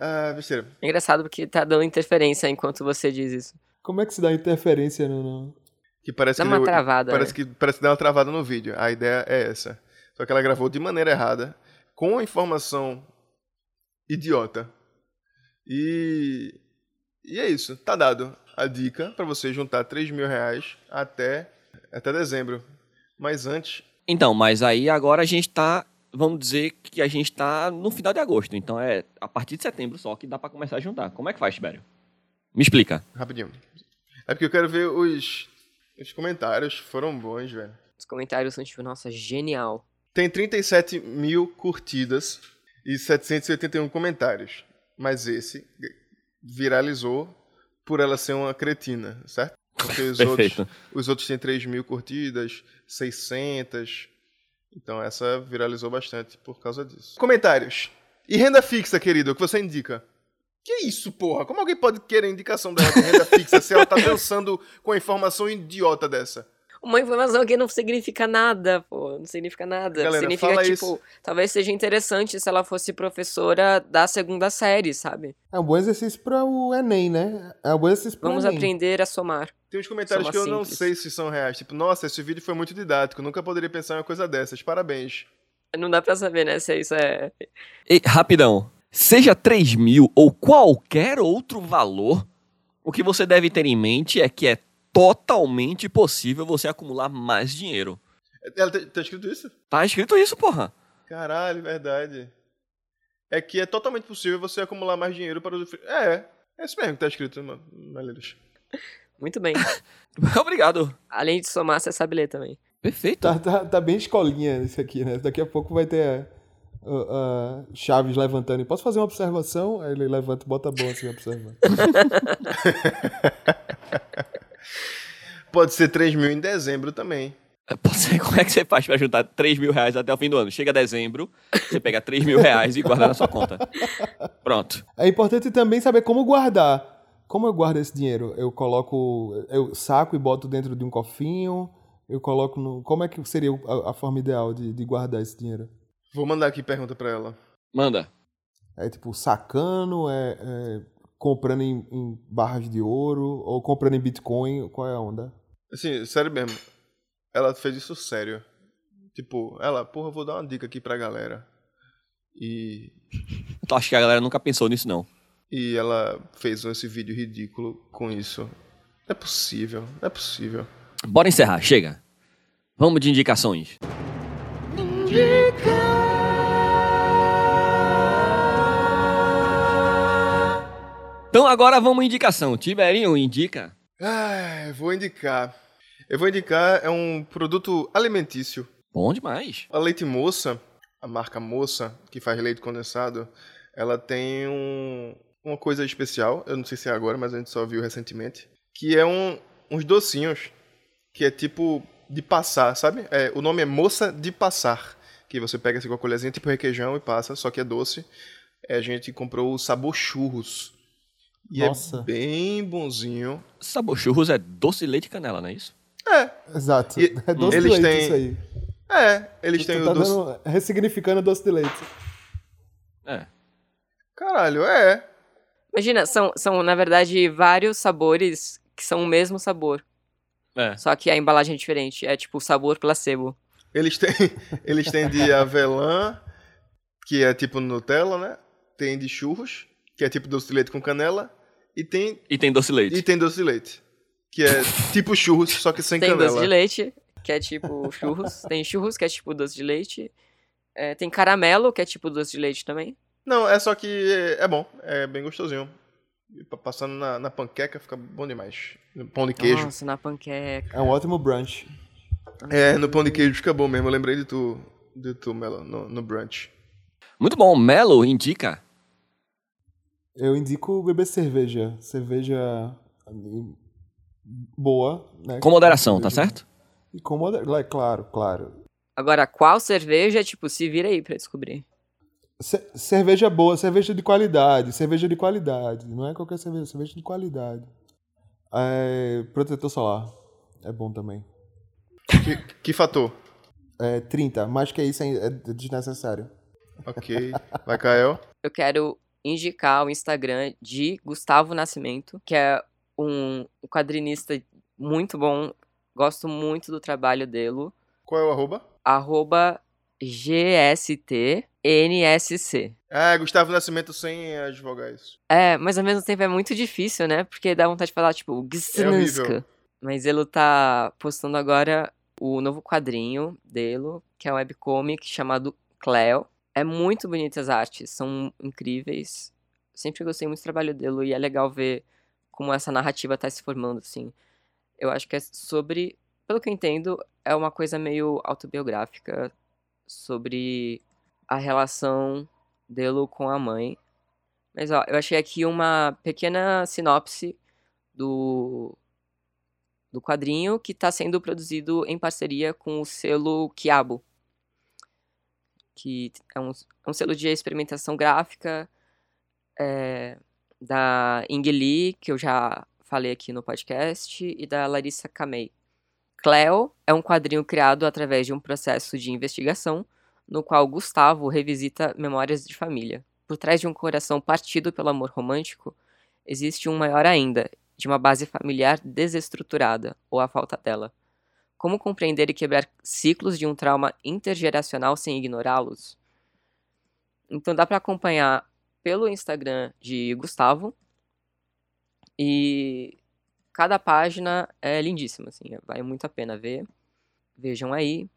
Ah, besteira. Engraçado porque tá dando interferência enquanto você diz isso. Como é que se dá interferência no... no... Que parece Dá que uma deu- travada, Parece né? que parece que dá uma travada no vídeo. A ideia é essa. Só que ela gravou de maneira errada, com a informação idiota. E e é isso. Tá dado a dica pra você juntar 3 mil reais até até dezembro. Mas antes, Então, mas aí agora a gente tá. Vamos dizer que a gente tá no final de agosto. Então é a partir de setembro só que dá pra começar a juntar. Como é que faz, Tibério? Me explica. rapidinho. É porque eu quero ver os os comentários foram bons, velho. Os comentários são tipo, nossa, genial. Tem 37 mil curtidas e 781 comentários. Mas esse viralizou por ela ser uma cretina, certo? Porque os, outros, Perfeito. os outros têm 3 mil curtidas, 600. Então essa viralizou bastante por causa disso. Comentários. E renda fixa, querido, o que você indica? Que isso, porra? Como alguém pode querer indicação dela de renda fixa se ela tá dançando com a informação idiota dessa? Uma informação que não significa nada, pô. Não significa nada. Galera, significa, fala tipo, isso. talvez seja interessante se ela fosse professora da segunda série, sabe? É um bom exercício para o Enem, né? É um bom exercício para o Vamos Enem. aprender a somar. Tem uns comentários Soma que eu não simples. sei se são reais. Tipo, nossa, esse vídeo foi muito didático. Nunca poderia pensar em uma coisa dessas. Parabéns. Não dá pra saber, né, se isso é E, rapidão. Seja 3 mil ou qualquer outro valor, o que você deve ter em mente é que é totalmente possível você acumular mais dinheiro. Ela tá, tá escrito isso? Tá escrito isso, porra. Caralho, verdade. É que é totalmente possível você acumular mais dinheiro para os. É, é isso mesmo que tá escrito, ma- Malheiros. muito bem. Obrigado. Além de somar, você sabe ler também. Perfeito. Tá, tá, tá bem escolinha isso aqui, né? Daqui a pouco vai ter ah, ah, Chaves levantando. e, Posso fazer uma observação? Aí ele levanta e bota a mão assim, observando. Pode ser 3 mil em dezembro também. Pode ser, como é que você faz pra juntar 3 mil reais até o fim do ano? Chega dezembro, você pega 3 mil reais e guarda na sua conta. Pronto. É importante também saber como guardar. Como eu guardo esse dinheiro? Eu coloco, eu saco e boto dentro de um cofrinho. Eu coloco no. Como é que seria a, a forma ideal de, de guardar esse dinheiro? Vou mandar aqui pergunta para ela. Manda. É tipo sacando, é, é comprando em, em barras de ouro ou comprando em Bitcoin? Qual é a onda? Assim, sério mesmo. Ela fez isso sério. Tipo, ela, porra, vou dar uma dica aqui pra galera. E Tu acha Então, que a galera nunca pensou nisso, não? E ela fez um, esse vídeo ridículo com isso. Não é possível, não é possível. Bora encerrar, chega. Vamos de indicações. Então agora vamos indicação. Tiberinho, indica. Ah, eu vou indicar. Eu vou indicar é um produto alimentício. Bom demais. A Leite Moça, a marca Moça, que faz leite condensado, ela tem um, uma coisa especial, eu não sei se é agora, mas a gente só viu recentemente, que é um, uns docinhos, que é tipo de passar, sabe? É, o nome é Moça de Passar, que você pega assim com a colherzinha, tipo requeijão e passa, só que é doce. É, a gente comprou o sabor churros. E Nossa. é bem bonzinho. Sabor churros é doce de leite e canela, não é isso? É, Exato. E é doce eles de leite têm- isso aí. é, eles têm Tu o tá doce... dando- ressignificando doce de leite. É. Caralho, é. Imagina, são, são, na verdade, vários sabores que são o mesmo sabor. É. Só que a embalagem é diferente. É tipo sabor placebo. Eles têm, eles têm de avelã, que é tipo Nutella, né? Tem de churros, que é tipo doce de leite com canela. E tem, E tem doce de leite. e tem doce de leite, que é tipo churros, só que sem tem canela. doce de leite, que é tipo churros. tem churros, que é tipo doce de leite. É, tem caramelo, que é tipo doce de leite também. Não, é só que é é bom, é bem gostosinho. E pa- Passando na, na panqueca fica bom demais. No pão de queijo. Nossa, né? na panqueca. É um ótimo brunch. É, no pão de queijo fica bom mesmo. Eu lembrei de tu, de tu Melo, no, no brunch. Muito bom, Melo indica. Eu indico beber cerveja. Cerveja hum, boa, né? Com moderação, tá certo? E com moderação. É, claro, claro. Agora, qual cerveja, tipo, se vira aí pra descobrir. Ce- cerveja boa, cerveja de qualidade, cerveja de qualidade. Não é qualquer cerveja, cerveja de qualidade. É, protetor solar. É bom também. Que, que fator? É 30, mais que isso é é desnecessário. Ok. Vai, Kael. Eu quero indicar o Instagram de Gustavo Nascimento, que é um quadrinista muito bom. Gosto muito do trabalho dele. Qual é o arroba? Arroba GSTNSC. Ah, Gustavo Nascimento sem as vogais. É, mas ao mesmo tempo é muito difícil, né? Porque dá vontade de falar, tipo, É horrível. Gstanska. mas ele tá postando agora o novo quadrinho dele, que é um webcomic chamado Cleo. É muito bonito as artes, são incríveis. Sempre gostei muito do trabalho dele e é legal ver como essa narrativa tá se formando, assim. Eu acho que é sobre, pelo que eu entendo, é uma coisa meio autobiográfica sobre a relação dele com a mãe. Mas ó, eu achei aqui uma pequena sinopse do do quadrinho que está sendo produzido em parceria com o selo Quiabo, que é um, é um selo de experimentação gráfica é, da Ing Lee, que eu já falei aqui no podcast, e da Larissa Kamei. Cleo é um quadrinho criado através de um processo de investigação no qual Gustavo revisita memórias de família. Por trás de um coração partido pelo amor romântico, existe um maior ainda, de uma base familiar desestruturada, ou a falta dela. Como compreender e quebrar ciclos de um trauma intergeracional sem ignorá-los? Então dá para acompanhar pelo Instagram de Gustavo. E cada página é lindíssima, assim, vale muito a pena ver. Vejam aí.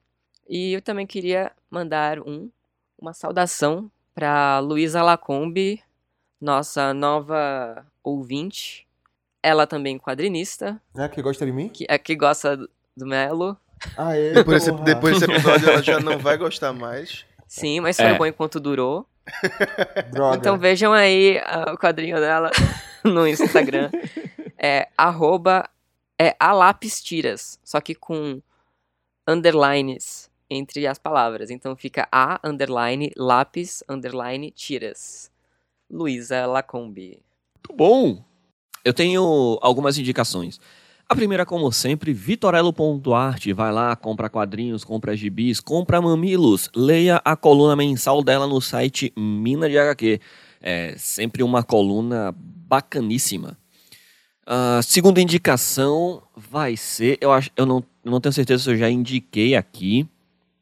E eu também queria mandar um uma saudação para Luísa Lacombe, nossa nova ouvinte. Ela também quadrinista, É que gosta de mim? que é que gosta do Melo. Aê, Depois desse, porra. depois desse episódio ela já não vai gostar mais. Sim, mas foi É. bom enquanto durou. Droga. Então vejam aí ah, o quadrinho dela no Instagram. É arroba é a lápis tiras, só que com underlines entre as palavras. Então fica a underline lápis underline tiras. Luísa Lacombe. Muito bom. Eu tenho algumas indicações. A primeira, como sempre, vitorello.arte. Vai lá, compra quadrinhos, compra gibis, compra mamilos. Leia a coluna mensal dela no site Mina de HQ. É sempre uma coluna bacaníssima. A segunda indicação vai ser... Eu, acho, eu, não, eu não tenho certeza se eu já indiquei aqui.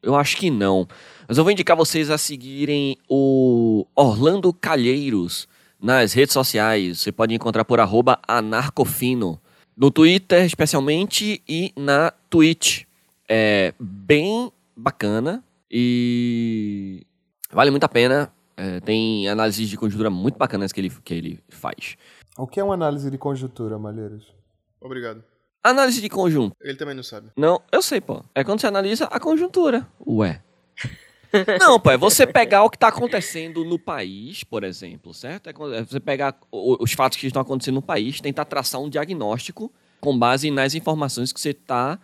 Eu acho que não. Mas eu vou indicar vocês a seguirem o Orlando Calheiros nas redes sociais. Você pode encontrar por arroba anarcofino. No Twitter, especialmente, e na Twitch. É bem bacana e vale muito a pena. É, tem análises de conjuntura muito bacanas que ele, que ele faz. O que é uma análise de conjuntura, Malheiros? Obrigado. Análise de conjuntura. Ele também não sabe. Não, eu sei, pô. É quando você analisa a conjuntura. Ué. Não, pô, é você pegar o que está acontecendo no país, por exemplo, certo? É quando- é você pegar o- os fatos que estão acontecendo no país, tentar traçar um diagnóstico com base nas informações que você está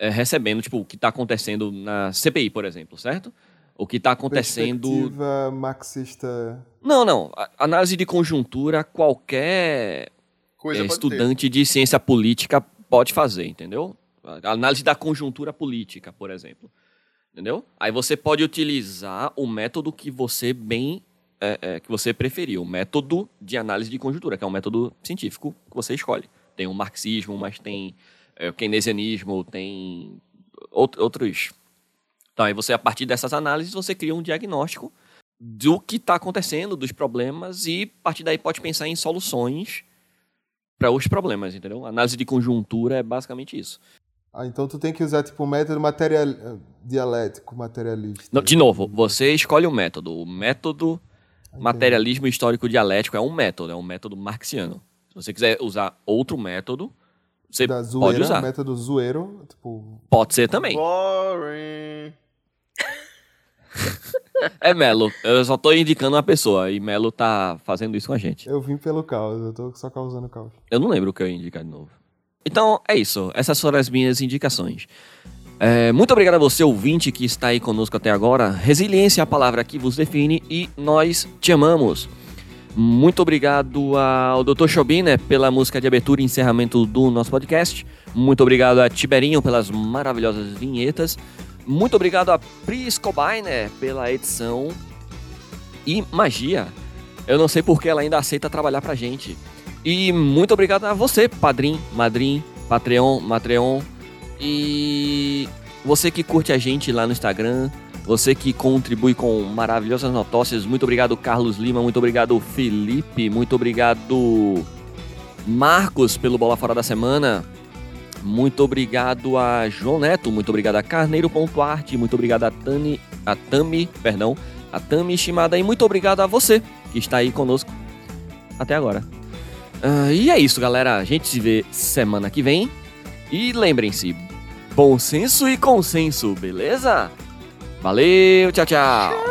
recebendo, tipo, o que está acontecendo na CPI, por exemplo, certo? O que está acontecendo Perspectiva marxista. não, não. A- análise de conjuntura, qualquer Coisa eh, pode estudante de ciência política pode fazer, entendeu? A análise da conjuntura política, por exemplo. Entendeu? Aí você pode utilizar o método que você bem é, é, que você preferir, o método de análise de conjuntura, que é um método científico que você escolhe. Tem o marxismo, mas tem é, o keynesianismo, tem out- outros. Então, aí você, a partir dessas análises, você cria um diagnóstico do que está acontecendo, dos problemas, e a partir daí pode pensar em soluções para os problemas, entendeu? Análise de conjuntura é basicamente isso. Ah, então tu tem que usar tipo um método material... dialético, materialista. Não, de novo, você escolhe o método. O método materialismo histórico dialético é um método, é um método marxiano. Se você quiser usar outro método, você da pode zoeira, usar. método zoeiro, tipo, Pode ser também. Boring. É Melo. Eu só tô indicando uma pessoa e Melo tá fazendo isso com a gente. eu vim pelo caos, eu tô só causando caos. Eu não lembro o que eu ia indicar de novo. Então, é isso. Essas foram as minhas indicações. É, muito obrigado a você, ouvinte, que está aí conosco até agora. Resiliência é a palavra que vos define e nós te amamos. Muito obrigado ao Dr. Chobin, né, pela música de abertura e encerramento do nosso podcast. Muito obrigado a Tiberinho pelas maravilhosas vinhetas. Muito obrigado a Pri Scobainer pela edição e magia. Eu não sei porque ela ainda aceita trabalhar pra gente. E muito obrigado a você, padrim, madrim, patreon, matreon. E você que curte a gente lá no Instagram, você que contribui com maravilhosas notócias, muito obrigado Carlos Lima, muito obrigado Felipe, muito obrigado Marcos pelo Bola Fora da Semana. Muito obrigado a João Neto, muito obrigado a Carneiro.arte, muito obrigado a Tani, a Tami, perdão, a Tami Shimada e muito obrigado a você que está aí conosco até agora. Ah, e é isso, galera. A gente se vê semana que vem. E lembrem-se, bom senso e consenso, beleza? Valeu, tchau, tchau.